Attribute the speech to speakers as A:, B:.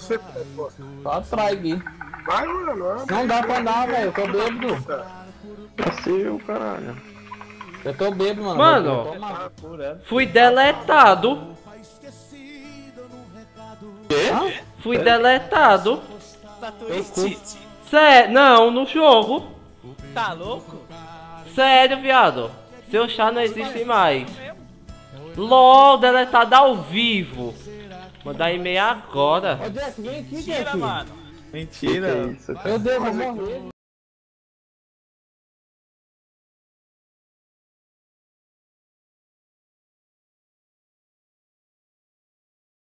A: você quer, pô.
B: Só trai aqui.
A: Vai, mano.
B: Não dá pra andar, velho. Eu tô bêbado.
A: Nossa,
C: É seu, caralho.
B: Eu tô né? bêbado, mano.
D: Mano.
B: Eu vou tomar.
D: Fui deletado.
B: Quê?
D: Fui deletado.
E: Da Twitch.
D: Sério, não, no jogo.
E: Tá louco?
D: Sério, viado. Seu chá não existe mais.
E: é
D: LOL, deletado ao vivo. Mandar e-mail agora.
B: Ô, Jack, vem aqui, Jack.
E: Tira, mano.
C: Mentira.
B: Meu Deus, eu vou morrer.